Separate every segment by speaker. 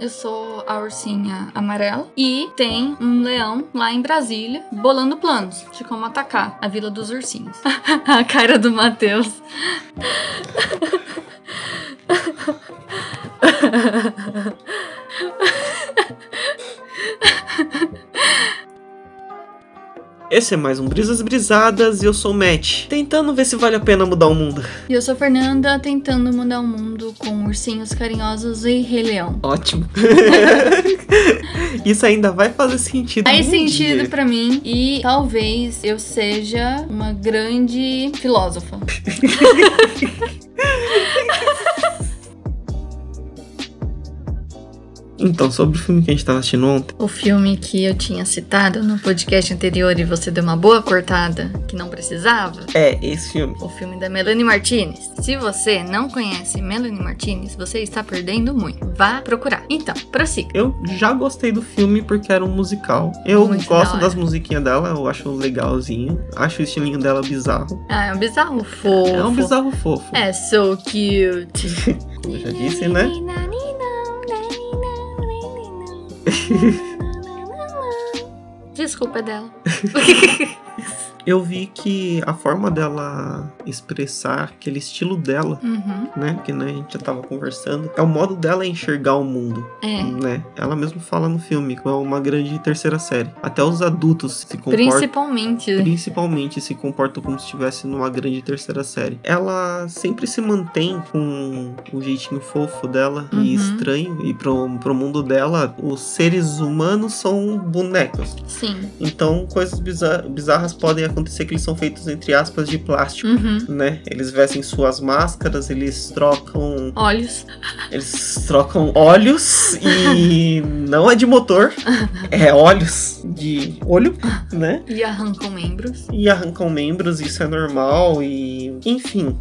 Speaker 1: eu sou a ursinha amarela. E tem um leão lá em Brasília, bolando planos de como atacar a Vila dos Ursinhos. a cara do Matheus.
Speaker 2: Esse é mais um Brisas Brisadas e eu sou o Matt, tentando ver se vale a pena mudar o mundo.
Speaker 1: E eu sou a Fernanda, tentando mudar o mundo com ursinhos carinhosos e Rei Leão.
Speaker 2: Ótimo. Isso ainda vai fazer sentido.
Speaker 1: Faz
Speaker 2: um
Speaker 1: sentido
Speaker 2: dia.
Speaker 1: pra mim e talvez eu seja uma grande filósofa.
Speaker 2: Então, sobre o filme que a gente tava assistindo ontem.
Speaker 1: O filme que eu tinha citado no podcast anterior e você deu uma boa cortada que não precisava.
Speaker 2: É, esse filme.
Speaker 1: O filme da Melanie Martinez. Se você não conhece Melanie Martinez, você está perdendo muito. Vá procurar. Então, prossiga.
Speaker 2: Eu já gostei do filme porque era um musical. Eu
Speaker 1: Muito da
Speaker 2: gosto
Speaker 1: hora.
Speaker 2: das musiquinhas dela, eu acho legalzinho. Acho o estilinho dela bizarro.
Speaker 1: Ah, é um bizarro fofo.
Speaker 2: É um bizarro fofo.
Speaker 1: É so cute.
Speaker 2: Como eu já disse, né?
Speaker 1: Desculpa é dela.
Speaker 2: Eu vi que a forma dela expressar aquele estilo dela,
Speaker 1: Uhum.
Speaker 2: né? Que né, a gente já tava conversando, é o modo dela enxergar o mundo.
Speaker 1: É.
Speaker 2: né? Ela mesma fala no filme que é uma grande terceira série. Até os adultos se comportam.
Speaker 1: Principalmente.
Speaker 2: Principalmente se comportam como se estivesse numa grande terceira série. Ela sempre se mantém com o jeitinho fofo dela e
Speaker 1: Uhum.
Speaker 2: estranho. E pro, pro mundo dela, os seres humanos são bonecos.
Speaker 1: Sim.
Speaker 2: Então, coisas bizar- bizarras podem acontecer que eles são feitos, entre aspas, de plástico.
Speaker 1: Uhum.
Speaker 2: Né? Eles vestem suas máscaras, eles trocam.
Speaker 1: Olhos.
Speaker 2: Eles trocam óleos e não é de motor, é óleos de olho, né?
Speaker 1: E arrancam membros.
Speaker 2: E arrancam membros, isso é normal e. Enfim.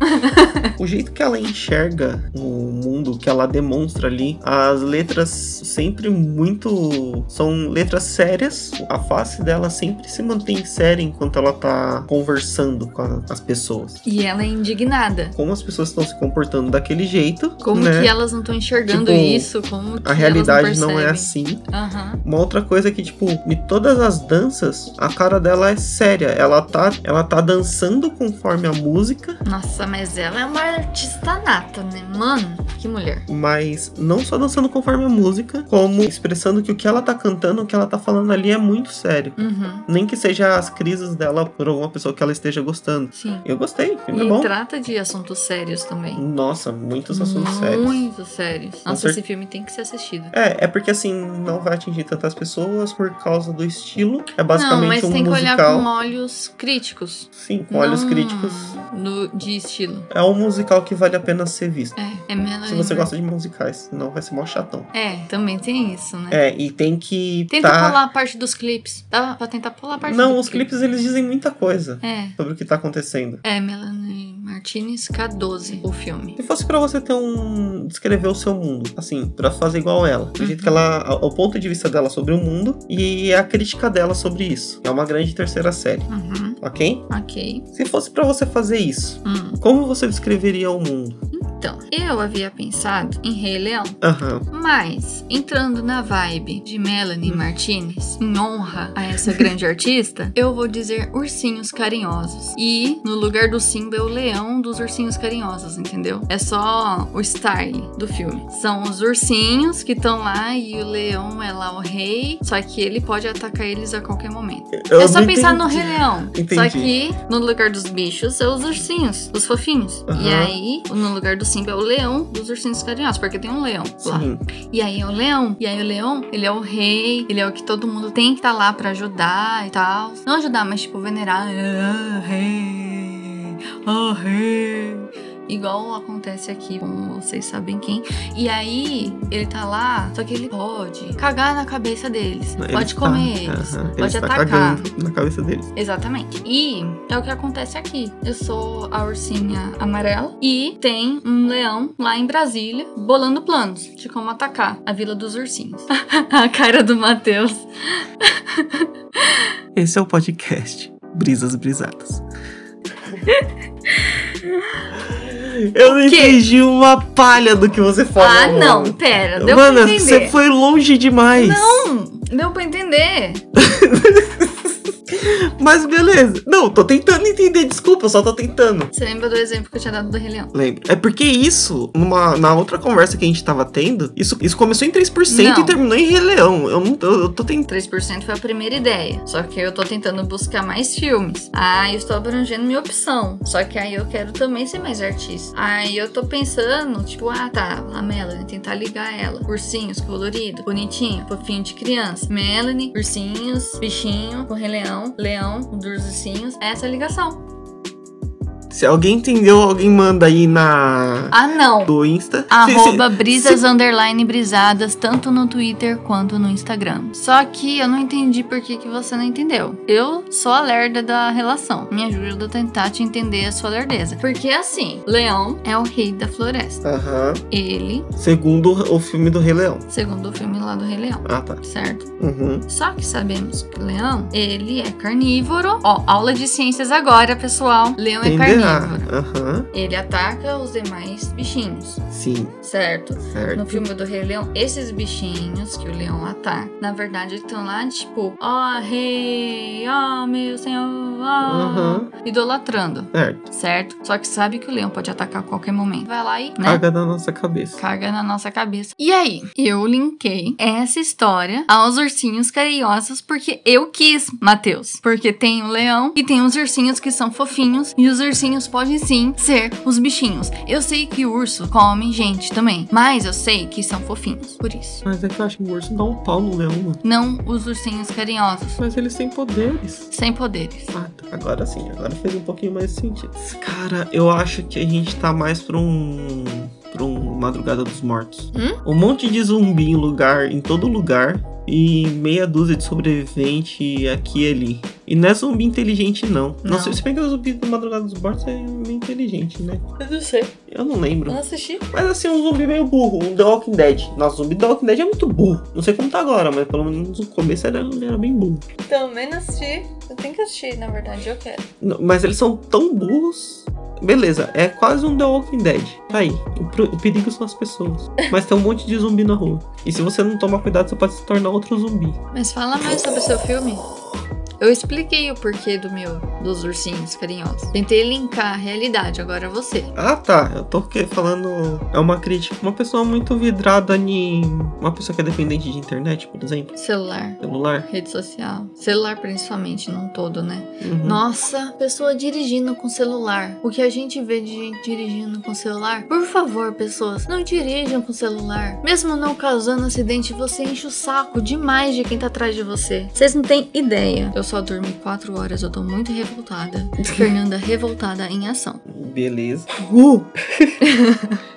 Speaker 2: o jeito que ela enxerga o mundo, que ela demonstra ali, as letras sempre muito. São letras sérias. A face dela sempre se mantém séria enquanto ela tá conversando com a- as pessoas.
Speaker 1: E ela é indignada.
Speaker 2: Como as pessoas estão se comportando daquele jeito.
Speaker 1: Como
Speaker 2: né?
Speaker 1: que elas não estão enxergando
Speaker 2: Tipo,
Speaker 1: isso? Como que
Speaker 2: A realidade
Speaker 1: elas
Speaker 2: não,
Speaker 1: não,
Speaker 2: é
Speaker 1: percebem?
Speaker 2: assim.
Speaker 1: Aham.
Speaker 2: Uma outra coisa é que, tipo, de todas as danças, a cara dela é séria. Ela tá, ela tá dançando conforme a música,
Speaker 1: Nossa, mas ela é uma artista nata, né? Mano, que mulher.
Speaker 2: mas não só dançando conforme a música, como expressando que o que ela tá cantando, o que ela tá falando ali é muito sério.
Speaker 1: Uhum.
Speaker 2: Nem que seja as crises dela por alguma pessoa que ela esteja gostando.
Speaker 1: Sim.
Speaker 2: Eu gostei, filme é
Speaker 1: E
Speaker 2: bom.
Speaker 1: trata de assuntos sérios também.
Speaker 2: Nossa, muitos assuntos sérios.
Speaker 1: Muito sérios.
Speaker 2: Com
Speaker 1: Nossa,
Speaker 2: cer-
Speaker 1: esse filme tem que ser assistido.
Speaker 2: É, é porque assim, não vai atingir tantas pessoas por causa do estilo. É basicamente
Speaker 1: não, mas
Speaker 2: um
Speaker 1: tem que
Speaker 2: musical.
Speaker 1: olhar com olhos críticos.
Speaker 2: Sim, com olhos
Speaker 1: não
Speaker 2: críticos.
Speaker 1: no- de estilo.
Speaker 2: É um musical que vale a pena ser visto.
Speaker 1: É, é Melanie.
Speaker 2: Se você
Speaker 1: Mar-
Speaker 2: gosta de musicais, senão vai ser mó chatão.
Speaker 1: É, também tem isso, né?
Speaker 2: É, e tem que.
Speaker 1: Tenta
Speaker 2: tá...
Speaker 1: pular a parte dos clipes. Dá pra tentar pular a parte
Speaker 2: Não,
Speaker 1: do
Speaker 2: os clipes eles dizem muita coisa
Speaker 1: É.
Speaker 2: sobre o que tá acontecendo.
Speaker 1: É, Melanie Martinez K12, o filme.
Speaker 2: Se fosse pra você ter um. descrever o seu mundo, assim, pra fazer igual ela. Do jeito
Speaker 1: Uhum.
Speaker 2: que ela. a- o ponto de vista dela sobre o mundo e a crítica dela sobre isso. É uma grande terceira série,
Speaker 1: Uhum,
Speaker 2: ok?
Speaker 1: ok.
Speaker 2: Se fosse pra você fazer isso,
Speaker 1: Hum.
Speaker 2: como você descreveria o mundo?
Speaker 1: Então, eu havia pensado em Rei Leão,
Speaker 2: Aham.
Speaker 1: mas entrando na vibe de Melanie
Speaker 2: Hum.
Speaker 1: Martinez, em honra a essa grande artista, eu vou dizer ursinhos carinhosos. E no lugar do Simba é o leão dos ursinhos carinhosos, entendeu? É só o style do filme. São os ursinhos que estão lá e o leão é lá o rei, só que ele pode atacar eles a qualquer momento.
Speaker 2: Eu
Speaker 1: é só
Speaker 2: não
Speaker 1: pensar no
Speaker 2: entendi.
Speaker 1: Rei Leão.
Speaker 2: Entendi.
Speaker 1: Só que no lugar dos bichos é os ursinhos, os fofinhos. E
Speaker 2: Aham.
Speaker 1: aí, no lugar do Simba é o leão dos ursinhos carinhosos, porque tem um leão lá.
Speaker 2: Sim.
Speaker 1: E aí é o leão. E aí o leão, ele é o rei, ele é o que todo mundo tem que estar lá pra ajudar e tal. Não ajudar, mas tipo, venerar. Ah, rei, ah, rei. Igual acontece aqui com vocês sabem quem. E aí, ele tá lá, só que ele pode cagar na cabeça deles.
Speaker 2: Ele
Speaker 1: pode
Speaker 2: tá-
Speaker 1: comer eles.
Speaker 2: aham, ele
Speaker 1: Pode
Speaker 2: está
Speaker 1: atacar.
Speaker 2: cagando na cabeça deles.
Speaker 1: Exatamente. E é o que acontece aqui. Eu sou a ursinha amarela e tem um leão lá em Brasília bolando planos de como atacar a Vila dos Ursinhos. a cara do Matheus.
Speaker 2: Esse é o podcast Brisas Brisadas. Eu não
Speaker 1: quê?
Speaker 2: entendi uma palha do que você falou.
Speaker 1: Ah, não,
Speaker 2: mano.
Speaker 1: pera, deu
Speaker 2: Mana,
Speaker 1: pra
Speaker 2: você
Speaker 1: entender.
Speaker 2: foi longe demais.
Speaker 1: Não, deu pra entender.
Speaker 2: Mas beleza. Não, tô tentando entender, desculpa, eu só tô tentando.
Speaker 1: Você lembra do exemplo que eu tinha dado do Rei Leão?
Speaker 2: Lembro. É porque isso, numa, na outra conversa que a gente tava tendo, isso, isso começou em 3%
Speaker 1: Não.
Speaker 2: e terminou em Rei Leão. Eu não tô, eu tô tentando.
Speaker 1: 3% foi a primeira ideia. Só que eu tô tentando buscar mais filmes. Ah, eu estou abrangendo minha opção. Só que aí eu quero também ser mais artista. Aí eu tô pensando, tipo, ah tá, a Melanie, tentar ligar ela. Ursinhos colorido, bonitinho, fofinho de criança. Melanie, ursinhos, bichinho, o Rei Leão, leão, um dos ursinhos. Essa é a ligação.
Speaker 2: Se alguém entendeu, alguém manda aí na.
Speaker 1: Ah, não!
Speaker 2: do Insta. Se- se-
Speaker 1: Arroba brisas underline brisadas, tanto no Twitter quanto no Instagram. Só que eu não entendi por que, que você não entendeu. Eu sou a lerda da relação. Me ajuda a tentar te entender a sua lerdeza. Porque assim, Leão é o rei da floresta.
Speaker 2: Aham.
Speaker 1: Ele,
Speaker 2: Segundo o filme do Rei Leão.
Speaker 1: segundo o filme lá do Rei Leão,
Speaker 2: Ah, tá.
Speaker 1: certo?
Speaker 2: Uhum.
Speaker 1: Só que sabemos que Leão, ele é carnívoro. Ó, aula de ciências agora, pessoal. Leão é
Speaker 2: Entenderá.
Speaker 1: carnívoro.
Speaker 2: Ah, Aham.
Speaker 1: Ele ataca os demais bichinhos,
Speaker 2: Sim,
Speaker 1: certo?
Speaker 2: certo.
Speaker 1: No filme do Rei Leão, esses bichinhos que o leão ataca, na verdade, eles estão lá, tipo, ó rei, ó meu senhor, ó",
Speaker 2: Uhum.
Speaker 1: idolatrando,
Speaker 2: Certo.
Speaker 1: certo? Só que sabe que o leão pode atacar a qualquer momento. Vai lá e, né?
Speaker 2: Caga na nossa cabeça.
Speaker 1: Caga na nossa cabeça. E aí, eu linkei essa história aos ursinhos carinhosos porque eu quis, Matheus. Porque tem o leão e tem os ursinhos que são fofinhos e os ursinhos podem sim ser os bichinhos. Eu sei que urso come gente também, mas eu sei que são fofinhos, por isso.
Speaker 2: Mas é que eu acho que o urso dá um pau no leão, mano.
Speaker 1: Não os ursinhos carinhosos,
Speaker 2: Mas eles têm poderes.
Speaker 1: sem poderes.
Speaker 2: Ah, tá. agora sim, agora fez um pouquinho mais sentido. Cara, eu acho que a gente tá mais pra um. pra um Madrugada dos Mortos.
Speaker 1: Hum?
Speaker 2: Um monte de zumbi em lugar, em todo lugar. E meia dúzia de sobrevivente aqui e ali. E não é zumbi inteligente, não.
Speaker 1: Não.
Speaker 2: Nossa, se bem que o zumbi do Madrugada dos Mortos é meio inteligente, né?
Speaker 1: Eu não sei,
Speaker 2: Eu não lembro.
Speaker 1: assisti.
Speaker 2: Mas assim, um zumbi meio burro, um The Walking Dead. Nossa, o zumbi do The Walking Dead é muito burro. Não sei como tá agora, mas pelo menos no começo era, ele era bem burro.
Speaker 1: Também não assisti. Eu tenho que assistir, na verdade, eu quero.
Speaker 2: Não, Mas eles são tão burros. Beleza, é quase um The Walking Dead. Tá aí. O, pro- o perigo são as pessoas. Mas tem um monte de zumbi na rua. E se você não tomar cuidado, você pode se tornar outro zumbi.
Speaker 1: Mas fala mais sobre o seu filme. Eu expliquei o porquê do meu, dos ursinhos carinhosos. Tentei linkar a realidade, agora é você.
Speaker 2: Ah tá, eu tô que- falando. É uma crítica. Uma pessoa muito vidrada em. Uma pessoa que é dependente de internet, por exemplo.
Speaker 1: Celular,
Speaker 2: Celular.
Speaker 1: rede social. Celular principalmente, não todo, né?
Speaker 2: Uhum.
Speaker 1: Nossa, pessoa dirigindo com celular. O que a gente vê de gente dirigindo com celular? Por favor, pessoas, não dirijam com celular. Mesmo não causando acidente, você enche o saco demais de quem tá atrás de você. Vocês não têm ideia. Eu só dormi 4 horas, eu tô muito revoltada. Fernanda revoltada em ação.
Speaker 2: Beleza. Uh!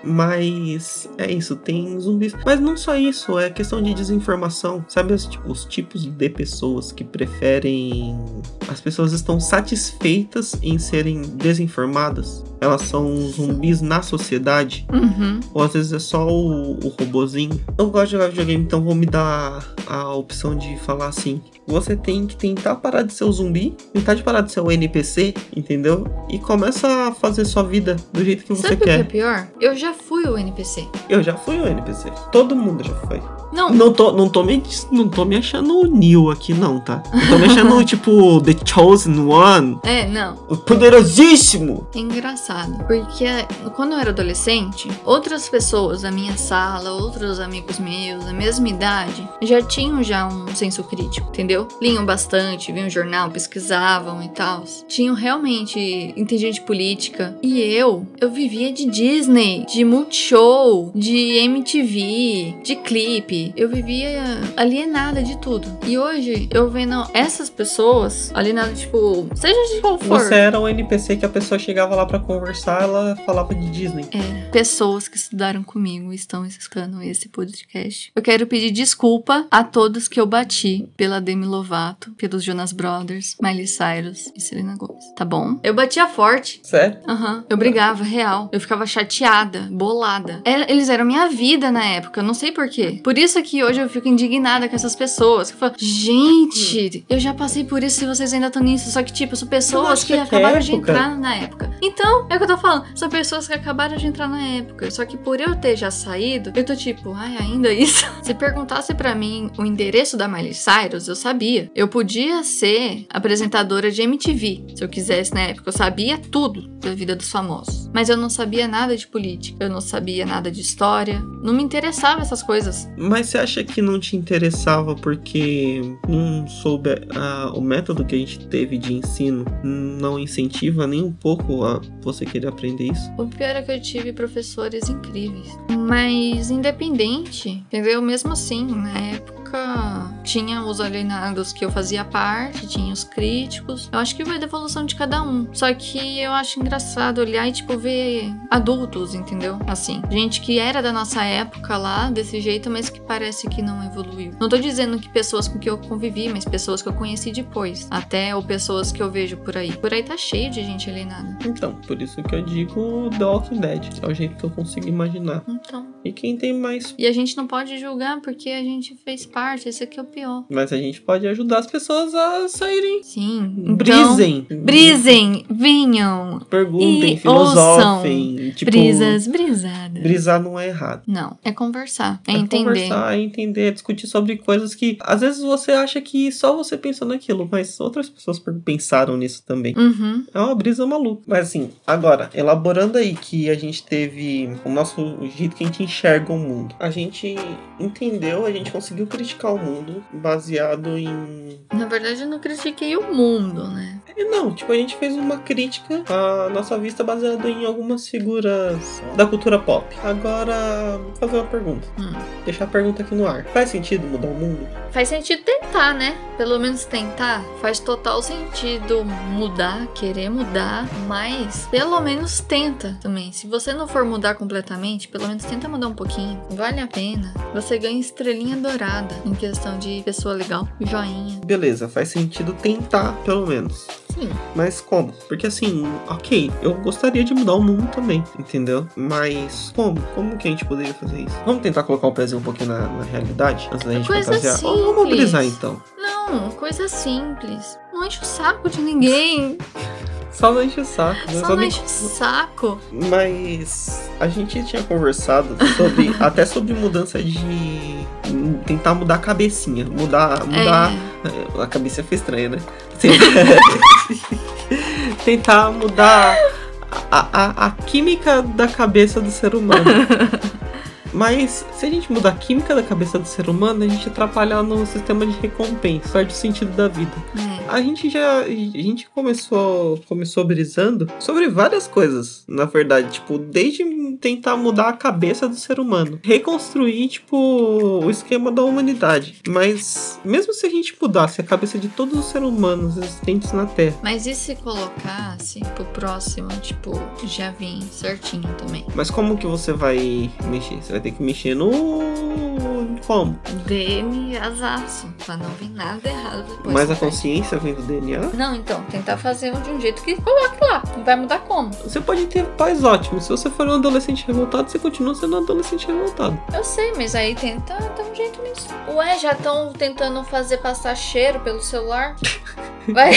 Speaker 2: Mas é isso, tem zumbis. Mas não só isso, é questão de desinformação. Sabe os, tipo, os tipos de pessoas que preferem. As pessoas estão satisfeitas em serem desinformadas? Elas são zumbis na sociedade?
Speaker 1: Uhum.
Speaker 2: Ou às vezes é só o, o robozinho? Eu gosto de jogar videogame, então vou me dar a opção de falar assim. Você tem que tentar parar de ser o zumbi, tentar de parar de ser o NPC, entendeu? E começa a fazer sua vida do jeito que você
Speaker 1: Sabe o que é
Speaker 2: quer.
Speaker 1: pior? Eu já fui o NPC.
Speaker 2: Eu já fui um NPC. Todo mundo já foi.
Speaker 1: Não,
Speaker 2: Não tô, não tô, me, não tô me achando o Neo aqui, não, tá? Eu tô me achando, tipo, The Chosen One.
Speaker 1: é, não.
Speaker 2: O poderosíssimo!
Speaker 1: É engraçado. Porque é, quando eu era adolescente, outras pessoas da minha sala, outros amigos meus, da mesma idade, já tinham já um senso crítico, entendeu? Liam bastante, viam jornal, pesquisavam e tal. Tinham realmente entendido de política. E eu, eu vivia de Disney, de Multishow, de MTV, de clipe. Eu vivia alienada de tudo. E hoje eu vendo essas pessoas alienada, tipo, seja de qual for.
Speaker 2: Você era um NPC que a pessoa chegava lá pra conversar, ela falava de Disney.
Speaker 1: É, pessoas que estudaram comigo e estão escutando esse podcast. Eu quero pedir desculpa a todos que eu bati pela Demi Lovato, pelos Jonas Brothers, Miley Cyrus e Selena Gomez. Tá bom? Eu batia forte.
Speaker 2: Sério?
Speaker 1: Aham, eu brigava, É, real. Eu ficava chateada, bolada. Era- eles eram minha vida na época, eu não sei porquê. Por isso isso que hoje eu fico indignada com essas pessoas. Que eu falo, gente, eu já passei por isso e vocês ainda estão nisso. Só que, tipo, são pessoas
Speaker 2: acho
Speaker 1: que,
Speaker 2: que é
Speaker 1: acabaram de
Speaker 2: época.
Speaker 1: entrar na época. Então, é o que eu tô falando. São pessoas que acabaram de entrar na época. Só que por eu ter já saído, eu tô tipo, ai, ainda isso. Se perguntasse pra mim o endereço da Miley Cyrus, eu sabia. Eu podia ser apresentadora de MTV, se eu quisesse na época. Eu sabia tudo da vida dos famosos. Mas eu não sabia nada de política, eu não sabia nada de história. Não me interessava essas coisas.
Speaker 2: Mas você acha que não te interessava porque não soube a- o método que a gente teve de ensino não incentiva nem um pouco a você querer aprender isso?
Speaker 1: O pior é que eu tive professores incríveis. Mas independente, entendeu? Mesmo assim, na época. Tinha os alienados que eu fazia parte, tinha os críticos. Eu acho que vai da evolução de cada um. Só que eu acho engraçado olhar e, tipo, ver adultos, entendeu? Assim, gente que era da nossa época lá, desse jeito, mas que parece que não evoluiu. Não tô dizendo que pessoas com que eu convivi, mas pessoas que eu conheci depois. Até ou pessoas que eu vejo por aí. Por aí tá cheio de gente alienada.
Speaker 2: Então, por isso que eu digo The Walking Dead. É o jeito que eu consigo imaginar.
Speaker 1: Então.
Speaker 2: E quem tem mais.
Speaker 1: E a gente não pode julgar porque a gente fez parte, esse aqui é o pior.
Speaker 2: Mas a gente pode ajudar as pessoas a saírem.
Speaker 1: Sim. Então,
Speaker 2: Brisem.
Speaker 1: Brisem, venham.
Speaker 2: Perguntem,
Speaker 1: E
Speaker 2: filosofem. Tipo,
Speaker 1: brisas, brisadas.
Speaker 2: Brisar não é errado.
Speaker 1: Não, é conversar, é,
Speaker 2: É
Speaker 1: entender.
Speaker 2: conversar, é entender, é discutir sobre coisas que às vezes você acha que só você pensou naquilo, mas outras pessoas pensaram nisso também.
Speaker 1: Uhum.
Speaker 2: É uma brisa maluca. Mas assim, agora, elaborando aí que a gente teve o nosso o jeito que a gente enxerga o mundo. A gente entendeu, a gente conseguiu criticar o mundo baseado em.
Speaker 1: Na verdade, eu não critiquei o mundo, né?
Speaker 2: É, Não, tipo, a gente fez uma crítica à nossa vista baseada em algumas figuras da cultura pop. Agora, vou fazer uma pergunta.
Speaker 1: Hum.
Speaker 2: Deixar a pergunta aqui no ar. Faz sentido mudar o mundo?
Speaker 1: Faz sentido tentar, né? Pelo menos tentar. Faz total sentido mudar, querer mudar, mas pelo menos tenta também. Se você não for mudar completamente, pelo menos tenta mudar um pouquinho. Vale a pena. Você ganha estrelinha dourada em questão de pessoa legal, joinha.
Speaker 2: Beleza, faz sentido tentar, pelo menos.
Speaker 1: Sim.
Speaker 2: Mas como? Porque assim, ok, eu gostaria de mudar o mundo também, entendeu? Mas como? Como que a gente poderia fazer isso? Vamos tentar colocar o pezinho um pouquinho na, na realidade? Antes da gente
Speaker 1: Coisa
Speaker 2: fantasiar? Ou vamos
Speaker 1: simples.
Speaker 2: mobilizar então.
Speaker 1: Não, coisa simples. Não enche o saco de ninguém.
Speaker 2: Só não enche o saco. né?
Speaker 1: Só
Speaker 2: Só
Speaker 1: não
Speaker 2: nem-
Speaker 1: enche o saco.
Speaker 2: Mas a gente tinha conversado sobre até sobre mudança de tentar mudar a cabecinha, mudar mudar
Speaker 1: É,
Speaker 2: a cabeça foi estranha, né? tentar mudar a, a- a química da cabeça do ser humano. Mas se a gente mudar a química da cabeça do ser humano, a gente atrapalha no sistema de recompensa, perde o sentido da vida.
Speaker 1: é.
Speaker 2: A gente já. A gente começou, começou brisando sobre várias coisas, na verdade. Tipo, desde tentar mudar a cabeça do ser humano. Reconstruir, tipo, o esquema da humanidade. Mas, mesmo se a gente mudasse a cabeça de todos os seres humanos existentes na Terra.
Speaker 1: Mas e se colocasse pro próximo, tipo, já vim certinho também?
Speaker 2: Mas como que você vai mexer? Você vai ter que mexer no. Como?
Speaker 1: Dê-me asaço, pra não vir nada errado depois.
Speaker 2: Mas a
Speaker 1: né?
Speaker 2: consciência vem do DNA?
Speaker 1: Não, então, tentar fazer de um jeito que coloque lá. Não vai mudar como.
Speaker 2: Você pode ter pais ótimos. Se você for um adolescente revoltado, você continua sendo um adolescente revoltado.
Speaker 1: Eu sei, mas aí tenta dar um jeito nisso. Ué, já estão tentando fazer passar cheiro pelo celular? Vai.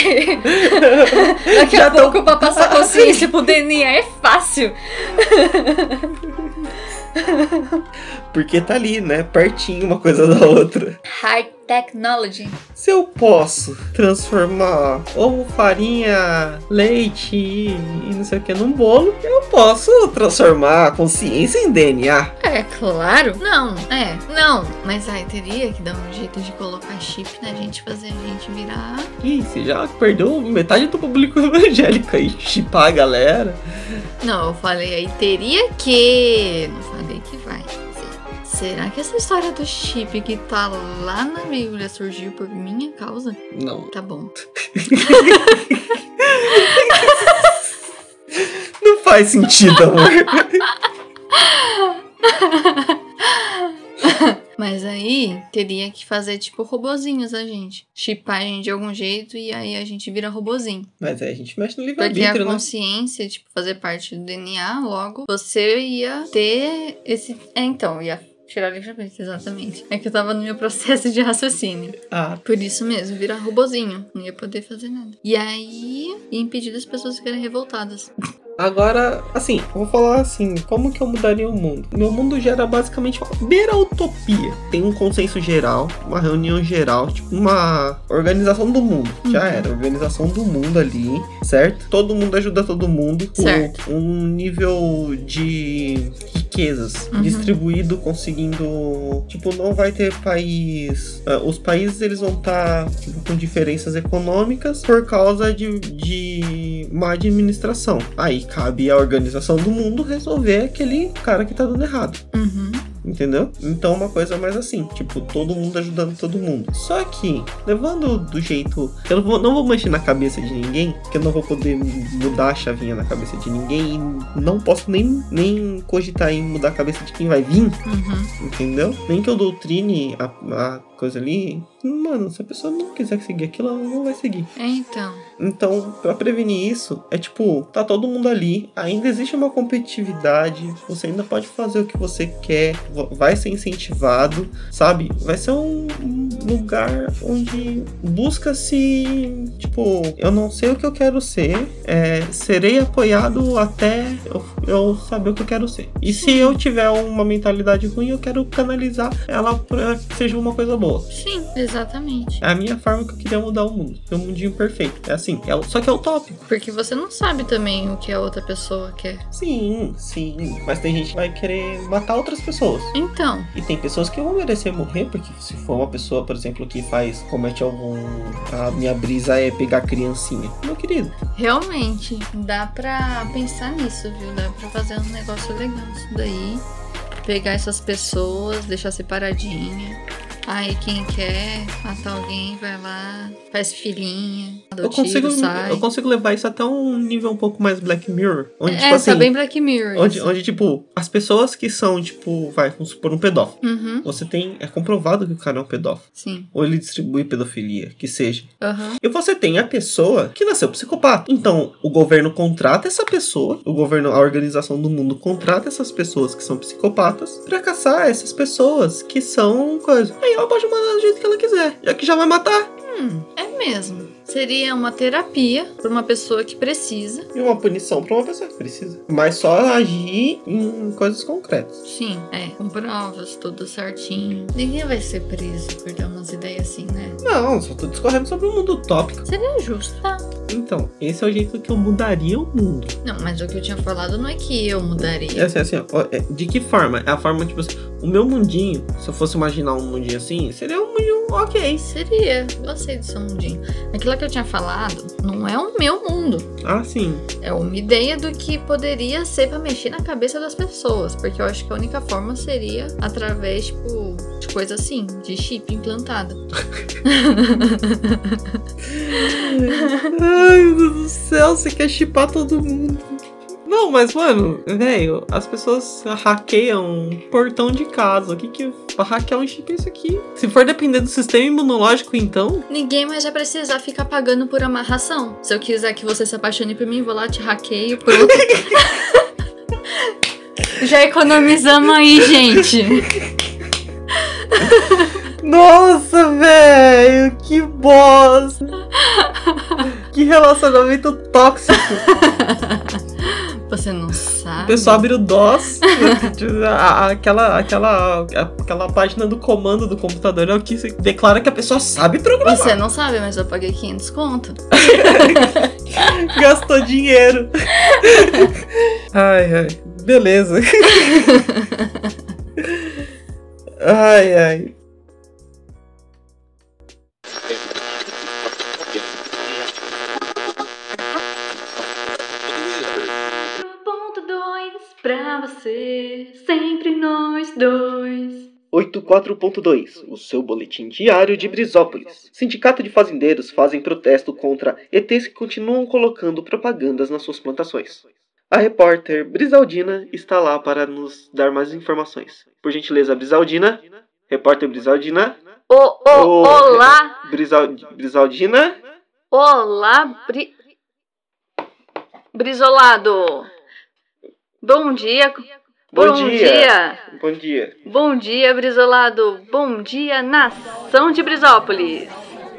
Speaker 1: Daqui
Speaker 2: Já
Speaker 1: a
Speaker 2: tão-
Speaker 1: pouco pra passar consciência pro DNA é fácil.
Speaker 2: Porque tá ali, né? Pertinho uma coisa da outra.
Speaker 1: High technology.
Speaker 2: Se eu posso transformar ovo, farinha, leite e e não sei o que num bolo, eu posso transformar a consciência em DNA.
Speaker 1: É claro. Não, é, não. Mas aí teria que dar um jeito de colocar chip na gente, fazer a gente virar.
Speaker 2: Ih, você já perdeu metade do público evangélico aí. Chipar a galera.
Speaker 1: Não, eu falei aí teria que. Não falei que vai. fazer. Será que essa história do chip que tá lá na Bíblia surgiu por minha causa?
Speaker 2: Não.
Speaker 1: Tá bom.
Speaker 2: Não faz sentido, amor.
Speaker 1: Mas aí teria que fazer tipo robozinhos a gente. Chipar a gente de algum jeito e aí a gente vira robozinho.
Speaker 2: Mas aí a gente mexe no
Speaker 1: Porque a
Speaker 2: livre-arbítrio, né?
Speaker 1: consciência, tipo, fazer parte do DNA, logo você ia ter esse. É, então, ia Tirar livremente, exatamente. É que eu tava no meu processo de raciocínio.
Speaker 2: Ah,
Speaker 1: Por isso mesmo, virar robozinho. Não ia poder fazer nada. E aí, ia impedir as pessoas ficarem revoltadas.
Speaker 2: agora, assim, eu vou falar assim, como que eu mudaria o mundo? Meu mundo já era basicamente uma beira utopia. Tem um consenso geral, uma reunião geral, tipo uma organização do mundo. Já
Speaker 1: Uhum.
Speaker 2: era, organização do mundo ali, certo? Todo mundo ajuda todo mundo. com
Speaker 1: Certo.
Speaker 2: Um nível de riquezas
Speaker 1: Uhum.
Speaker 2: distribuído, conseguindo, tipo, não vai ter país, ah, os países eles vão estar com diferenças econômicas por causa de, de má administração. Aí cabe à organização do mundo resolver aquele cara que tá dando errado.
Speaker 1: Uhum.
Speaker 2: Entendeu? Então uma coisa mais assim, tipo, todo mundo ajudando todo mundo. Só que, levando do jeito. Eu não vou, não vou mexer na cabeça de ninguém, porque eu não vou poder mudar a chavinha na cabeça de ninguém. E não posso nem, nem cogitar em mudar a cabeça de quem vai vir,
Speaker 1: Uhum.
Speaker 2: entendeu? Nem que eu doutrine a, a coisa ali. Mano, se a pessoa não quiser seguir aquilo, ela não vai seguir.
Speaker 1: É então.
Speaker 2: Então, pra prevenir isso, é tipo, tá todo mundo ali, ainda existe uma competitividade, você ainda pode fazer o que você quer, va- vai ser incentivado, sabe? Vai ser um um lugar onde busca-se, tipo, eu não sei o que eu quero ser, é, serei apoiado até eu, eu saber o que eu quero ser. E se eu tiver uma mentalidade ruim, eu quero canalizar ela pra que seja uma coisa boa.
Speaker 1: Sim, exatamente.
Speaker 2: É a minha forma que eu queria mudar o mundo. Meu mundinho perfeito. É assim, é, o- só que é utópico.
Speaker 1: Porque você não sabe também o que a outra pessoa quer.
Speaker 2: Sim, sim. Mas tem gente que vai querer matar outras pessoas.
Speaker 1: Então,
Speaker 2: E tem pessoas que vão merecer morrer, porque se for uma pessoa, por exemplo, que faz, comete algum. A minha brisa é pegar criancinha. Meu querido,
Speaker 1: Realmente, dá pra pensar nisso, viu? Dá pra fazer um negócio legal isso daí. Pegar essas pessoas, deixar separadinha. Aí quem quer matar alguém vai lá, faz filhinha,
Speaker 2: eu
Speaker 1: adotivo,
Speaker 2: consigo,
Speaker 1: sai.
Speaker 2: eu consigo levar isso até um nível um pouco mais Black Mirror. Onde,
Speaker 1: é,
Speaker 2: tipo assim.
Speaker 1: tá bem Black Mirror.
Speaker 2: Onde,
Speaker 1: isso.
Speaker 2: onde, tipo, as pessoas que são, tipo, vai, vamos supor, um pedófilo.
Speaker 1: Uhum,
Speaker 2: Você tem. É comprovado que o cara é um pedófilo.
Speaker 1: sim.
Speaker 2: Ou ele distribui pedofilia, que seja.
Speaker 1: Aham,
Speaker 2: E você tem a pessoa que nasceu psicopata. Então, o governo contrata essa pessoa, o governo, a organização do mundo contrata essas pessoas que são psicopatas pra caçar essas pessoas que são coisa. Aí ela pode mandar do jeito que ela quiser, já que já vai matar.
Speaker 1: é mesmo. Seria uma terapia pra uma pessoa que precisa.
Speaker 2: E uma punição pra uma pessoa que precisa. Mas só agir em coisas concretas.
Speaker 1: Sim, é, com provas, tudo certinho. Ninguém vai ser preso por dar umas ideias assim, né?
Speaker 2: Não, só tô discorrendo sobre o mundo utópico.
Speaker 1: Seria justo, tá?
Speaker 2: Então, esse é o jeito que eu mudaria o mundo.
Speaker 1: Não, mas o que eu tinha falado não é que eu
Speaker 2: É
Speaker 1: mudaria.
Speaker 2: assim, assim, ó, ó, é, de que forma? É a forma, tipo assim, o meu mundinho, se eu fosse imaginar um mundinho assim, seria um mundinho ok.
Speaker 1: Seria, gostei do seu mundinho. Aquilo que eu tinha falado não é o meu mundo.
Speaker 2: Ah, sim.
Speaker 1: É uma ideia do que poderia ser pra mexer na cabeça das pessoas. Porque eu acho que a única forma seria através, tipo, de coisa assim, de chip implantado.
Speaker 2: Ai, meu Deus do céu, você quer chipar todo mundo. Não, mas, mano, velho, as pessoas hackeiam um portão de casa. O que que. pra hackear um chip é isso aqui? Se for depender do sistema imunológico, então.
Speaker 1: Ninguém mais vai precisar ficar pagando por amarração. Se eu quiser que você se apaixone por mim, vou lá, te hackeio, pronto. Já economizamos aí, gente.
Speaker 2: Nossa, velho, que bosta! Que relacionamento tóxico!
Speaker 1: Você não
Speaker 2: O
Speaker 1: sabe.
Speaker 2: pessoal abre o DOS, a- a- aquela, aquela, aquela página do comando do computador é o que se declara que a pessoa sabe programar.
Speaker 1: Você não sabe, mas eu paguei 500 conto.
Speaker 2: Gastou dinheiro. ai, ai. Beleza. ai, ai.
Speaker 1: Ponto 2 pra você, sempre nós dois.
Speaker 2: 84.2 O seu boletim diário de Brisópolis. Sindicato de fazendeiros fazem protesto contra ETs que continuam colocando propagandas nas suas plantações. A repórter Brisaldina está lá para nos dar mais informações. Por gentileza, Brisaldina. Repórter Brisaldina.
Speaker 1: Ô, ô,
Speaker 2: Ô,
Speaker 1: olá,
Speaker 2: Brisal, Brisaldina.
Speaker 1: olá, bri... Brisolado. Bom dia,
Speaker 3: Bom
Speaker 4: Bom,
Speaker 3: dia.
Speaker 4: dia.
Speaker 3: Bom dia.
Speaker 4: Bom dia, Brizolado! Bom dia, nação de Brisópolis!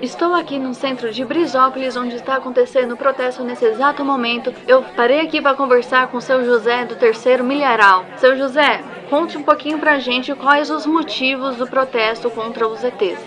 Speaker 4: Estou aqui no centro de Brisópolis, onde está acontecendo o protesto nesse exato momento. Eu parei aqui para conversar com o seu José do terceiro milharal. Seu José, conte um pouquinho pra gente quais os motivos do protesto contra os ETs.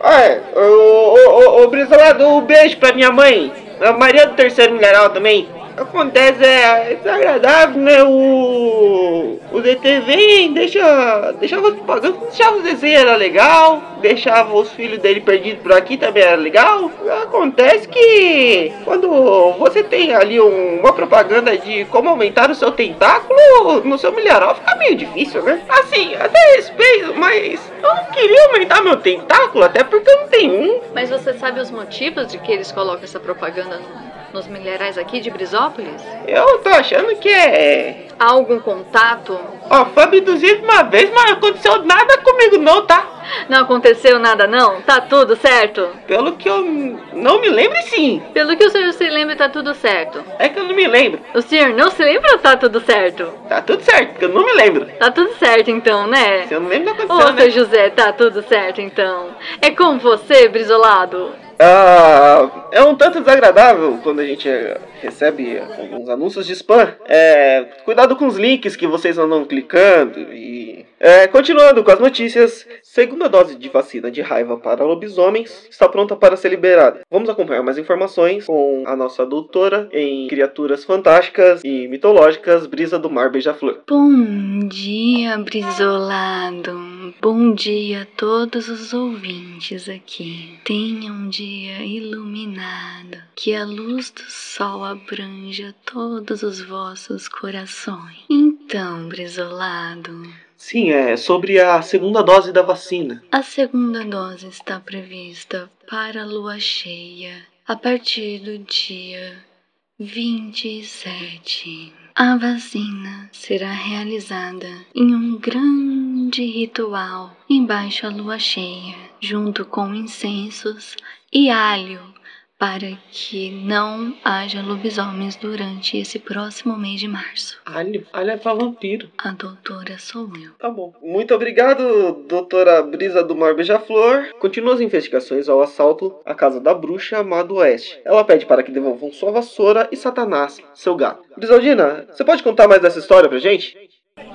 Speaker 2: Olha, ô, ô, ô, ô Brisolado, um beijo pra minha mãe, a Maria do Terceiro Mineral também. Acontece, é, é desagradável, né? O, o DT vem, deixa, deixava os pagando, deixava os desenhos, era legal, deixava os filhos dele perdidos por aqui também era legal. Acontece que quando você tem ali um- uma propaganda de como aumentar o seu tentáculo, no seu milharal fica meio difícil, né? Assim, até respeito, mas eu não queria aumentar meu tentáculo, até porque eu não tenho um.
Speaker 4: Mas você sabe os motivos de que eles colocam essa propaganda no- nos milharais aqui de Brisópolis?
Speaker 2: Eu tô achando que é.
Speaker 4: Há algum contato?
Speaker 2: Ó, foi abduzido uma vez, mas não aconteceu nada comigo não, tá?
Speaker 4: Não aconteceu nada não? Tá tudo certo?
Speaker 2: Pelo que eu n- não me lembro, sim.
Speaker 4: Pelo que o senhor se lembra, tá tudo certo.
Speaker 2: É que eu não me lembro.
Speaker 4: O senhor não se lembra ou tá tudo certo?
Speaker 2: Tá tudo certo, porque eu não me lembro.
Speaker 4: Tá tudo certo então, né?
Speaker 2: Se eu não lembro, não
Speaker 4: Ô,
Speaker 2: aconteceu, né?
Speaker 4: seu José, tá tudo certo então. É com você, Brizolado.
Speaker 2: Ah, é um tanto desagradável quando a gente eh, recebe alguns anúncios de spam. É, cuidado com os links que vocês andam clicando e. É, continuando com as notícias, segunda dose de vacina de raiva para lobisomens está pronta para ser liberada. Vamos acompanhar mais informações com a nossa doutora em criaturas fantásticas e mitológicas, Brisa do Mar Beija-Flor.
Speaker 4: Bom dia, Brizolado. Bom dia a todos os ouvintes aqui. Tenha um dia iluminado, que a luz do sol abranja todos os vossos corações. Então, Brizolado,
Speaker 2: Sim, é sobre a segunda dose da vacina.
Speaker 4: A segunda dose está prevista para a lua cheia a partir do dia 27. A vacina será realizada em um grande ritual embaixo à lua cheia, junto com incensos e alho, para que não haja lobisomens durante esse próximo mês de março.
Speaker 2: Alho, alho é pra vampiro.
Speaker 4: A doutora sou eu.
Speaker 2: Tá bom. Muito obrigado, doutora Brisa do Mar Beija-Flor. Continua as investigações ao assalto à casa da bruxa Má do Oeste. Ela pede para que devolvam sua vassoura e Satanás, seu gato. Brisaldina, você pode contar mais dessa história pra gente?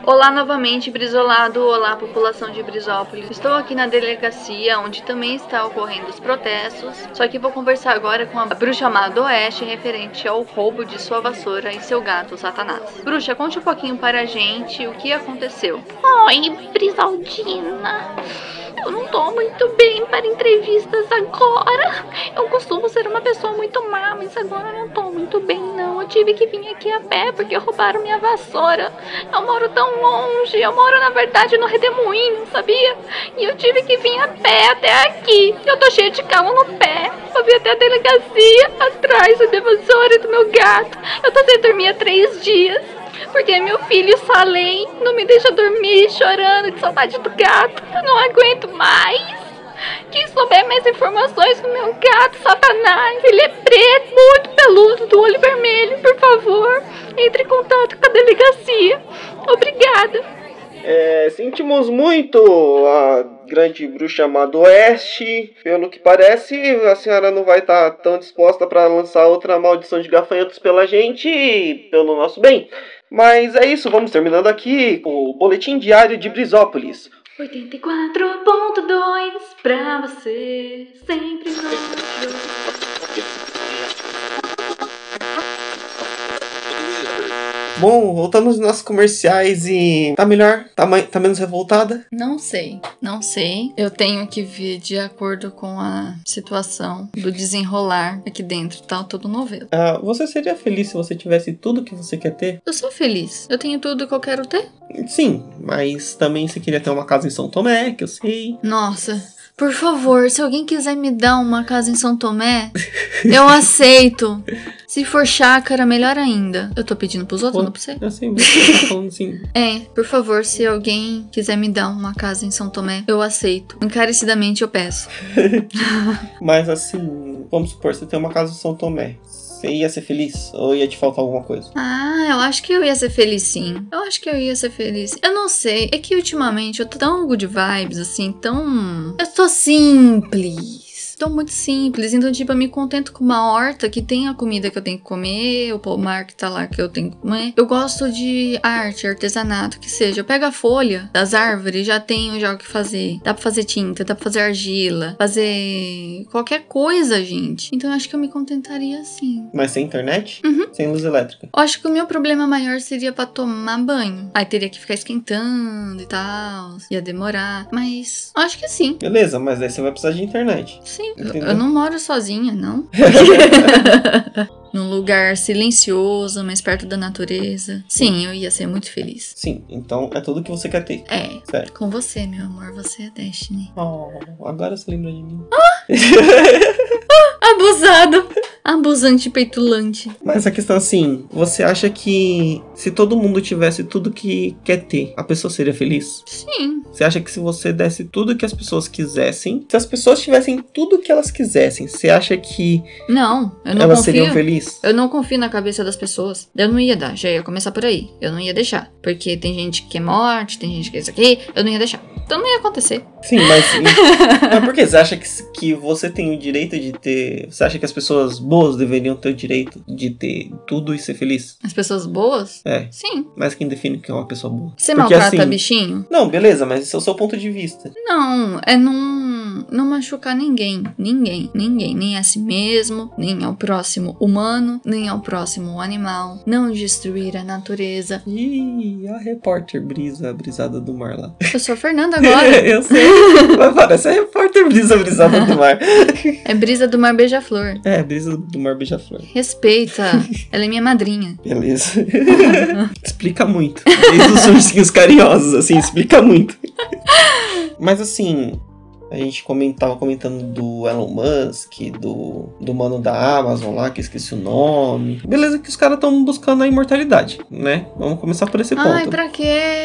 Speaker 4: Olá novamente, Brizolado. Olá, população de Brisópolis. Estou aqui na delegacia, onde também está ocorrendo os protestos. Só que vou conversar agora com a bruxa má do Oeste referente ao roubo de sua vassoura e seu gato, Satanás. Bruxa, conte um pouquinho para a gente o que aconteceu.
Speaker 1: Oi, Brisaldina. Eu não tô muito bem para entrevistas agora. Eu costumo ser uma pessoa muito má, mas agora eu não tô muito bem, não. Eu tive que vir aqui a pé porque roubaram minha vassoura. Eu moro tão longe. Eu moro, na verdade, no Redemoinho, sabia? E eu tive que vir a pé até aqui. Eu tô cheia de calo no pé. Eu vim até a delegacia atrás da vassoura e do meu gato. Eu tô sem dormir há três dias. Porque meu filho Salem não me deixa dormir chorando de saudade do gato. Eu não aguento mais. Quem souber mais informações do meu gato, Satanás, ele é preto, muito peludo, do olho vermelho, por favor, entre em contato com a delegacia. Obrigada.
Speaker 2: É, sentimos muito a grande bruxa Má do Oeste. Pelo que parece, a senhora não vai estar tão disposta para lançar outra maldição de gafanhotos pela gente e pelo nosso bem. Mas é isso, vamos terminando aqui o Boletim Diário de Brisópolis.
Speaker 4: 84.2 pra você, sempre
Speaker 3: Bom, voltamos nos nossos comerciais e. Tá melhor? Tá, mai- tá menos revoltada?
Speaker 4: Não sei, não sei. Eu tenho que ver de acordo com a situação do desenrolar aqui dentro, tá? Tudo novelo.
Speaker 3: Ah, você seria feliz se você tivesse tudo que você quer ter?
Speaker 4: Eu sou feliz. Eu tenho tudo que eu quero ter.
Speaker 3: Sim, mas também você queria ter uma casa em São Tomé, que eu sei.
Speaker 4: Nossa, por favor, se alguém quiser me dar uma casa em São Tomé, eu aceito. Se for chácara, melhor ainda. Eu tô pedindo pros outros,
Speaker 3: Pô.
Speaker 4: não é pra você?
Speaker 3: Eu sei mesmo que você tá falando assim.
Speaker 4: É, por favor, se alguém quiser me dar uma casa em São Tomé, eu aceito. Encarecidamente eu peço.
Speaker 3: Mas assim, vamos supor, você tem uma casa em São Tomé. Você ia ser feliz ou ia te faltar alguma coisa?
Speaker 4: Ah, Ah, eu acho que eu ia ser feliz sim. Eu acho que eu ia ser feliz. Eu não sei. É que ultimamente eu tô tão good vibes, assim, tão. Eu tô simples. Tô muito simples. Então, tipo, eu me contento com uma horta que tem a comida que eu tenho que comer, o pomar que tá lá que eu tenho que comer. Eu gosto de arte, artesanato, que seja. Eu pego a folha das árvores, já tenho já o que fazer. Dá pra fazer tinta, dá pra fazer argila, fazer qualquer coisa, gente. Então, eu acho que eu me contentaria assim.
Speaker 2: Mas sem internet?
Speaker 4: Uhum.
Speaker 2: Sem luz elétrica.
Speaker 4: Eu acho que o meu problema maior seria pra tomar banho. Aí teria que ficar esquentando e tal. Ia demorar. Mas eu acho que sim.
Speaker 2: Beleza, mas aí você vai precisar de internet.
Speaker 4: Sim. Eu,
Speaker 2: Entendeu?
Speaker 4: eu não moro sozinha, não. Num lugar silencioso, mais perto da natureza. Sim, eu ia ser muito feliz.
Speaker 2: Sim, então é tudo que você quer ter.
Speaker 4: É.
Speaker 2: Certo.
Speaker 4: Com você, meu amor, você é Destiny.
Speaker 2: Oh, agora você lembra de mim.
Speaker 4: Abusado! Abusante peitulante.
Speaker 2: Mas a questão é assim, você acha que se todo mundo tivesse tudo que quer ter, a pessoa seria feliz?
Speaker 4: Sim.
Speaker 2: Você acha que se você desse tudo que as pessoas quisessem, se as pessoas tivessem tudo que elas quisessem, você acha que
Speaker 4: Não, eu não
Speaker 2: elas
Speaker 4: confio.
Speaker 2: seriam felizes?
Speaker 4: Eu não confio na cabeça das pessoas. Eu não ia dar, já ia começar por aí. Eu não ia deixar. Porque tem gente que quer morte, tem gente que quer isso aqui. Eu não ia deixar. Então não ia acontecer.
Speaker 2: Sim, mas, mas por que? Você acha que, que você tem o direito de ter. Você acha que as pessoas boas deveriam ter o direito de ter tudo e ser feliz?
Speaker 4: As pessoas boas?
Speaker 2: É.
Speaker 4: Sim.
Speaker 2: Mas quem define o que é uma pessoa boa?
Speaker 4: Você
Speaker 2: Porque,
Speaker 4: maltrata
Speaker 2: assim,
Speaker 4: bichinho?
Speaker 2: Não, beleza, mas esse é o seu ponto de vista.
Speaker 4: Não, é não, não machucar ninguém. Ninguém, ninguém. Nem a si mesmo, nem ao próximo humano, nem ao próximo animal. Não destruir a natureza.
Speaker 2: Ih, a repórter brisa, a brisada do mar lá.
Speaker 4: Eu sou a Fernanda agora.
Speaker 2: Eu sei, mas parece a repórter brisa, a brisada do mar.
Speaker 4: É brisa do mar beija-flor.
Speaker 2: É, brisa do mar beija-flor.
Speaker 4: Respeita. Ela é minha madrinha.
Speaker 2: Beleza. explica muito. Desde os ursinhos carinhosos, assim, explica muito. Mas assim, a gente comen- tava comentando do Elon Musk, do, do mano da Amazon lá, que eu esqueci o nome. Beleza que os caras estão buscando a imortalidade, né? Vamos começar por esse
Speaker 4: Ai,
Speaker 2: ponto.
Speaker 4: pra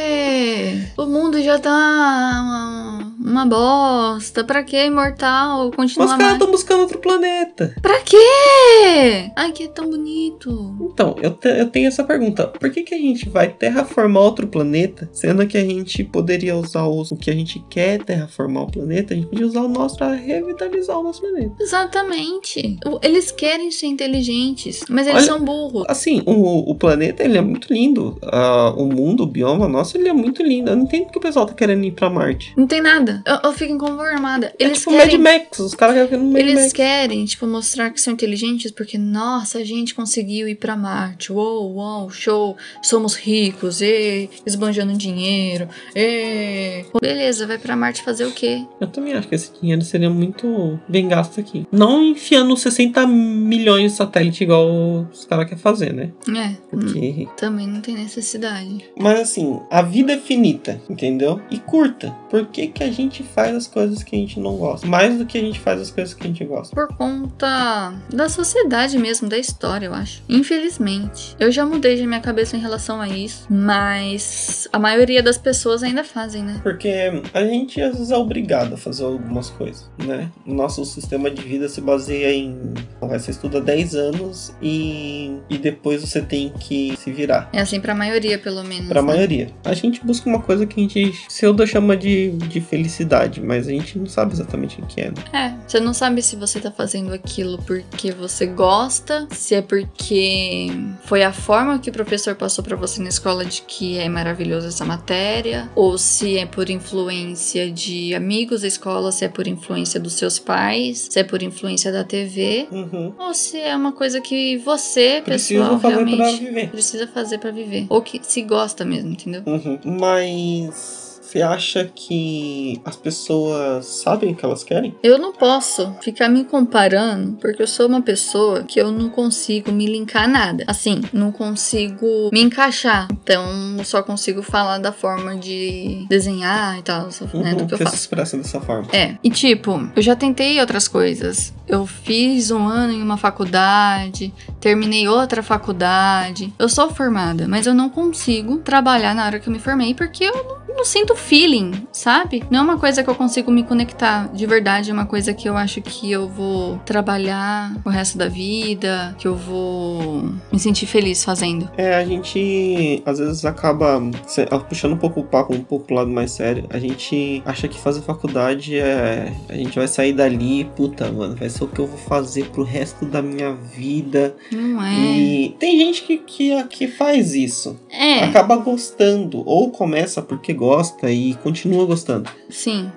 Speaker 4: quê? O mundo já tá uma, uma bosta. Pra que imortal
Speaker 2: Mas os
Speaker 4: continuar
Speaker 2: caras
Speaker 4: mais?
Speaker 2: estão buscando outro planeta.
Speaker 4: Pra quê? Ai, que é tão bonito.
Speaker 2: Então, eu, te- eu tenho essa pergunta. Por que, que a gente vai terraformar outro planeta, sendo que a gente poderia usar os- o que a gente quer terraformar o planeta, a gente podia usar o nosso pra revitalizar o nosso planeta.
Speaker 4: Exatamente. O- Eles querem ser inteligentes, mas eles
Speaker 2: Olha-
Speaker 4: são burros.
Speaker 2: Assim, o, o planeta, ele é muito lindo. Ah, o mundo, o bioma nosso, ele é muito lindo. Eu não entendo que o pessoal tá querendo ir pra Marte.
Speaker 4: Não tem nada. Eu, eu fico inconformada.
Speaker 2: É
Speaker 4: Eles
Speaker 2: tipo
Speaker 4: querem.
Speaker 2: Mad Max, os caras querem ir no Mad
Speaker 4: Eles
Speaker 2: Max.
Speaker 4: querem, tipo, mostrar que são inteligentes porque, nossa, a gente conseguiu ir pra Marte. Uou, uou, show. Somos ricos, e esbanjando dinheiro. E... Beleza, vai pra Marte fazer o quê?
Speaker 2: Eu também acho que esse dinheiro seria muito bem gasto aqui. Não enfiando 60 milhões de satélite igual os caras querem fazer, né?
Speaker 4: É, hum,
Speaker 2: Porque...
Speaker 4: também não tem necessidade.
Speaker 2: Mas assim, a vida é finita, entendeu? E curta. Por que, que a gente faz as coisas que a gente não gosta? Mais do que a gente faz as coisas que a gente gosta.
Speaker 4: Por conta da sociedade mesmo, da história, eu acho. Infelizmente. Eu já mudei de minha cabeça em relação a isso, mas a maioria das pessoas ainda fazem, né?
Speaker 2: Porque a gente às vezes é obrigado a fazer algumas coisas, né? Nosso sistema de vida se baseia em. Você estuda 10 anos e, e depois você tem que se virar.
Speaker 4: É assim pra maioria, pelo menos.
Speaker 2: Pra
Speaker 4: né?
Speaker 2: maioria. A gente busca uma coisa que a gente pseudo chama de, de felicidade, mas a gente não sabe exatamente o que é. né?
Speaker 4: É, você não sabe se você tá fazendo aquilo porque você gosta, se é porque foi a forma que o professor passou pra você na escola de que é maravilhoso essa matéria, ou se é por influência de amigos da escola, se é por influência dos seus pais, se é por influência da TV,
Speaker 2: Uhum.
Speaker 4: ou se é uma coisa que você,
Speaker 2: Preciso
Speaker 4: pessoal,
Speaker 2: fazer pra
Speaker 4: realmente
Speaker 2: viver.
Speaker 4: precisa fazer pra viver, ou que se gosta mesmo, entendeu?
Speaker 2: Uhum. Mas você acha que as pessoas sabem o que elas querem?
Speaker 4: Eu não posso ficar me comparando, porque eu sou uma pessoa que eu não consigo me linkar a nada. Assim, não consigo me encaixar. Então, eu só consigo falar da forma de desenhar e tal,
Speaker 2: Uhum,
Speaker 4: né, do que eu
Speaker 2: você se
Speaker 4: faço.
Speaker 2: expressa dessa forma.
Speaker 4: É, e tipo, eu já tentei outras coisas. Eu fiz um ano em uma faculdade, terminei outra faculdade. Eu sou formada, mas eu não consigo trabalhar na hora que eu me formei porque eu não não sinto feeling, sabe? Não é uma coisa que eu consigo me conectar de verdade, é uma coisa que eu acho que eu vou trabalhar o resto da vida, que eu vou me sentir feliz fazendo.
Speaker 2: É, a gente às vezes acaba se- ah, puxando um pouco o papo um pouco pro lado mais sério. A gente acha que fazer faculdade é. A gente vai sair dali, puta, mano, vai ser o que eu vou fazer pro resto da minha vida.
Speaker 4: Não é.
Speaker 2: E tem gente que, que, que faz isso.
Speaker 4: É,
Speaker 2: Acaba gostando. Ou começa porque gosta e continua gostando.
Speaker 4: sim.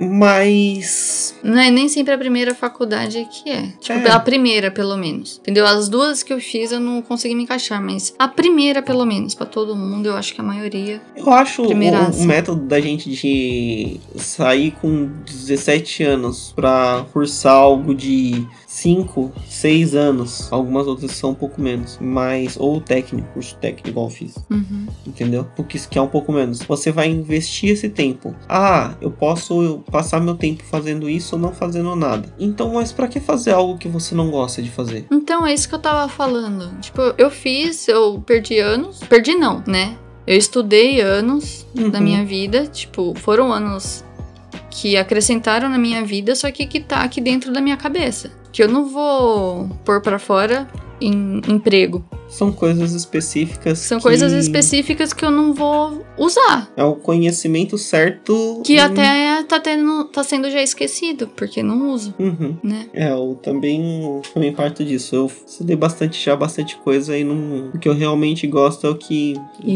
Speaker 2: Mas.
Speaker 4: Não é nem sempre a primeira faculdade que é. Tipo,
Speaker 2: É.
Speaker 4: pela primeira, pelo menos. Entendeu? As duas que eu fiz eu não consegui me encaixar, mas a primeira, pelo menos, pra todo mundo, eu acho que a maioria.
Speaker 2: Eu acho o,
Speaker 4: Primeiraço.
Speaker 2: o método da gente de sair com 17 anos pra cursar algo de 5, 6 anos. Algumas outras são um pouco menos. Mas, ou técnico, curso técnico, igual eu fiz.
Speaker 4: Uhum.
Speaker 2: Entendeu? Porque isso que é um pouco menos. Você vai investir esse tempo. Ah, eu posso eu passar meu tempo fazendo isso ou não fazendo nada. Então, mas pra que fazer algo que você não gosta de fazer?
Speaker 4: Então é isso que eu tava falando. Tipo, eu fiz, eu perdi anos. Perdi não, né? Eu estudei anos da
Speaker 2: Uhum.
Speaker 4: minha vida. Tipo, foram anos que acrescentaram na minha vida, só que que tá aqui dentro da minha cabeça. Que eu não vou pôr pra fora em emprego.
Speaker 2: São coisas específicas.
Speaker 4: São
Speaker 2: que
Speaker 4: coisas específicas que eu não vou usar.
Speaker 2: É o conhecimento certo.
Speaker 4: Que
Speaker 2: em-
Speaker 4: até tá, tendo, tá sendo já esquecido, porque não uso,
Speaker 2: Uhum.
Speaker 4: né?
Speaker 2: É, eu também, também parto disso. Eu estudei bastante já, bastante coisa e não. O que eu realmente gosto é o que.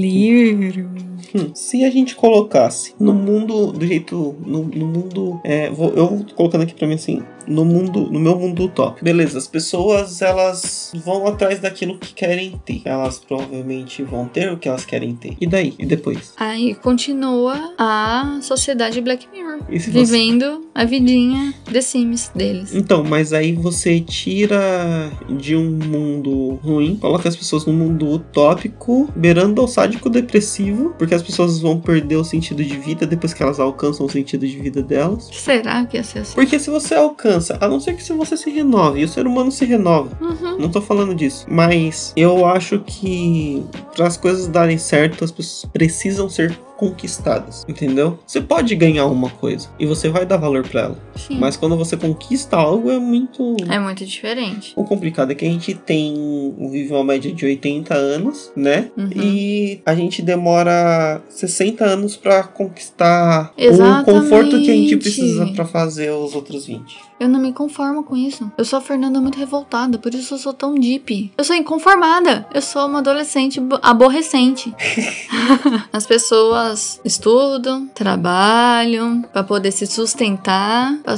Speaker 4: Livro.
Speaker 2: Hum, se a gente colocasse no mundo do jeito. No, no mundo. é, vou- eu vou colocando aqui pra mim assim. No mundo. No meu mundo utópico. Beleza, as pessoas elas vão atrás daquilo que querem ter. Elas provavelmente vão ter o que elas querem ter. E daí? E depois?
Speaker 4: Aí continua a sociedade Black Mirror.
Speaker 2: E se você-
Speaker 4: Vivendo a vidinha The Sims deles.
Speaker 2: Então, mas aí você tira de um mundo ruim, coloca as pessoas num mundo utópico, beirando ao sádico depressivo, porque as pessoas vão perder o sentido de vida depois que elas alcançam o sentido de vida delas.
Speaker 4: Será que ia ser assim?
Speaker 2: Porque se você alcança, a não ser que se você se renove, e o ser humano se renova,
Speaker 4: Uhum.
Speaker 2: não tô falando disso, mas eu acho que para as coisas darem certo, as pessoas precisam ser conquistadas, entendeu? Você pode ganhar uma coisa e você vai dar valor pra ela.
Speaker 4: Sim.
Speaker 2: Mas quando você conquista algo, é muito.
Speaker 4: É muito diferente.
Speaker 2: O complicado é que a gente tem. vive uma média de 80 anos, né?
Speaker 4: Uhum.
Speaker 2: E a gente demora 60 anos pra conquistar
Speaker 4: Exatamente.
Speaker 2: o conforto que a gente precisa pra fazer os outros 20.
Speaker 4: Eu não me conformo com isso. Eu sou a Fernanda muito revoltada, por isso eu sou tão deep. Eu sou inconformada. Eu sou uma adolescente bo- aborrecente. As pessoas estudam, trabalham pra poder se sustentar, pra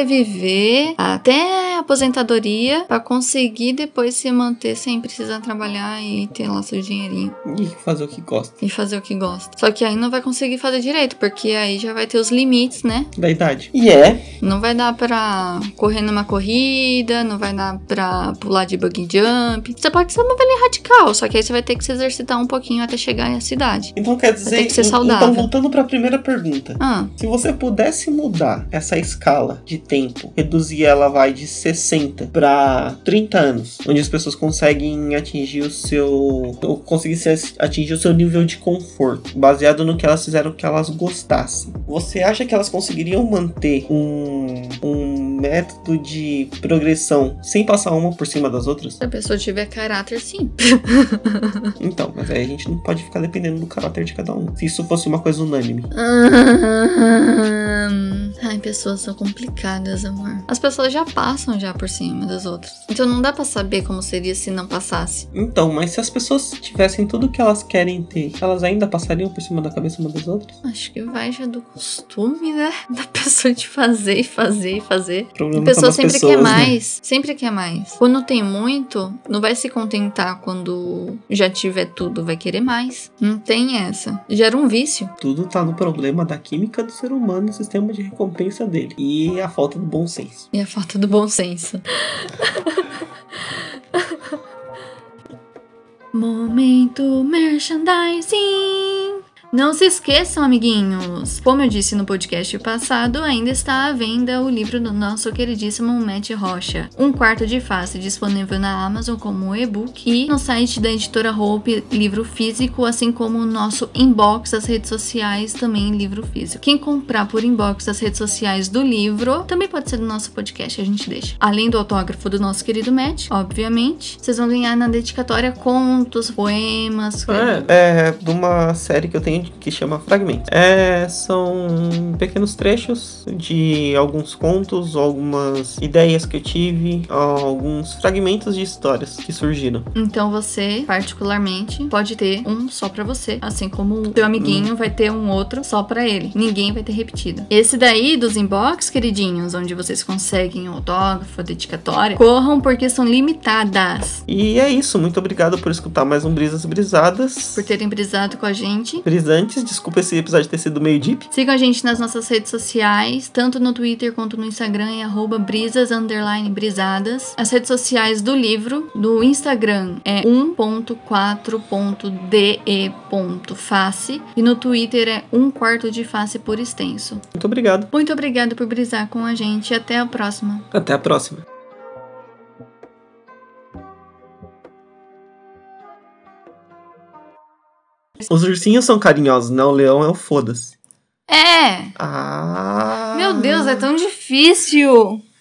Speaker 4: sobreviver até a aposentadoria, pra conseguir depois se manter sem precisar trabalhar e ter lá seu dinheirinho
Speaker 2: E fazer o que gosta.
Speaker 4: e fazer o que gosta. Só que aí não vai conseguir fazer direito, porque aí já vai ter os limites, né?
Speaker 2: Da idade. E é.
Speaker 4: Não vai dar pra correr numa corrida, não vai dar pra pular de buggy jump. Você pode ser uma velha radical, só que aí você vai ter que se exercitar um pouquinho até chegar à cidade.
Speaker 2: Então quer dizer.
Speaker 4: que ser
Speaker 2: en-
Speaker 4: saudável.
Speaker 2: Então, voltando pra primeira pergunta.
Speaker 4: Ah,
Speaker 2: Se você pudesse mudar essa escala de tempo, reduzir ela vai de 60 para 30 anos, onde as pessoas conseguem atingir o seu, ou conseguissem as- atingir o seu nível de conforto, baseado no que elas fizeram que elas gostassem. Você acha que elas conseguiriam manter um, um método de progressão sem passar uma por cima das outras?
Speaker 4: se a pessoa tiver caráter, sim.
Speaker 2: Então, mas aí a gente não pode ficar dependendo do caráter de cada um. Se isso fosse uma coisa unânime.
Speaker 4: Ahn. Ai, pessoas são complicadas, amor. As pessoas já passam já por cima das outras. Então não dá pra saber como seria se não passasse.
Speaker 2: Então, mas se as pessoas tivessem tudo que elas querem ter, elas ainda passariam por cima da cabeça uma das outras?
Speaker 4: Acho que vai já do costume, né? Da pessoa de fazer e fazer e fazer.
Speaker 2: O problema
Speaker 4: A
Speaker 2: tá
Speaker 4: pessoa
Speaker 2: nas
Speaker 4: sempre
Speaker 2: pessoas,
Speaker 4: quer
Speaker 2: né?
Speaker 4: mais, sempre quer mais. Quando tem muito, não vai se contentar quando já tiver tudo, vai querer mais. Não tem essa. Gera um vício.
Speaker 2: Tudo tá no problema da química do ser humano, o sistema de recompensa dele e a falta do bom senso.
Speaker 4: E a falta do bom senso. Momento merchandising. Não se esqueçam, amiguinhos! Como eu disse no podcast passado, ainda está à venda o livro do nosso queridíssimo Matt Rocha, Um Quarto de Face, disponível na Amazon como e-book e no site da editora Hope, livro físico, assim como o nosso inbox das redes sociais, também em livro físico. Quem comprar por inbox das redes sociais do livro, também pode ser do nosso podcast, a gente deixa. Além do autógrafo do nosso querido Matt, obviamente, vocês vão ganhar na dedicatória contos, poemas,
Speaker 2: É, é de uma série que eu tenho que chama Fragmentos. É, são pequenos trechos de alguns contos, algumas ideias que eu tive, alguns fragmentos de histórias que surgiram.
Speaker 4: Então você, particularmente, pode ter um só pra você, assim como o seu amiguinho vai ter um outro só pra ele. Ninguém vai ter repetido. Esse daí dos inbox, queridinhos, onde vocês conseguem autógrafo, dedicatória, corram porque são limitadas.
Speaker 2: E é isso, muito obrigado por escutar mais um Brisas Brisadas.
Speaker 4: Por terem brisado com a gente.
Speaker 2: Brisantes, desculpa esse episódio ter sido meio deep.
Speaker 4: Sigam a gente nas nossas redes sociais, tanto no Twitter quanto no Instagram, é arroba brisas, underline, brisadas. As redes sociais do livro, do Instagram é 1.4.de.face e no Twitter é 1 quarto de face por extenso.
Speaker 2: Muito obrigado.
Speaker 4: Muito obrigado por brisar com a gente e até a próxima.
Speaker 2: Até a próxima. Os ursinhos são carinhosos, não? O leão é o foda-se.
Speaker 4: É!
Speaker 2: Ah!
Speaker 4: Meu Deus, é tão difícil!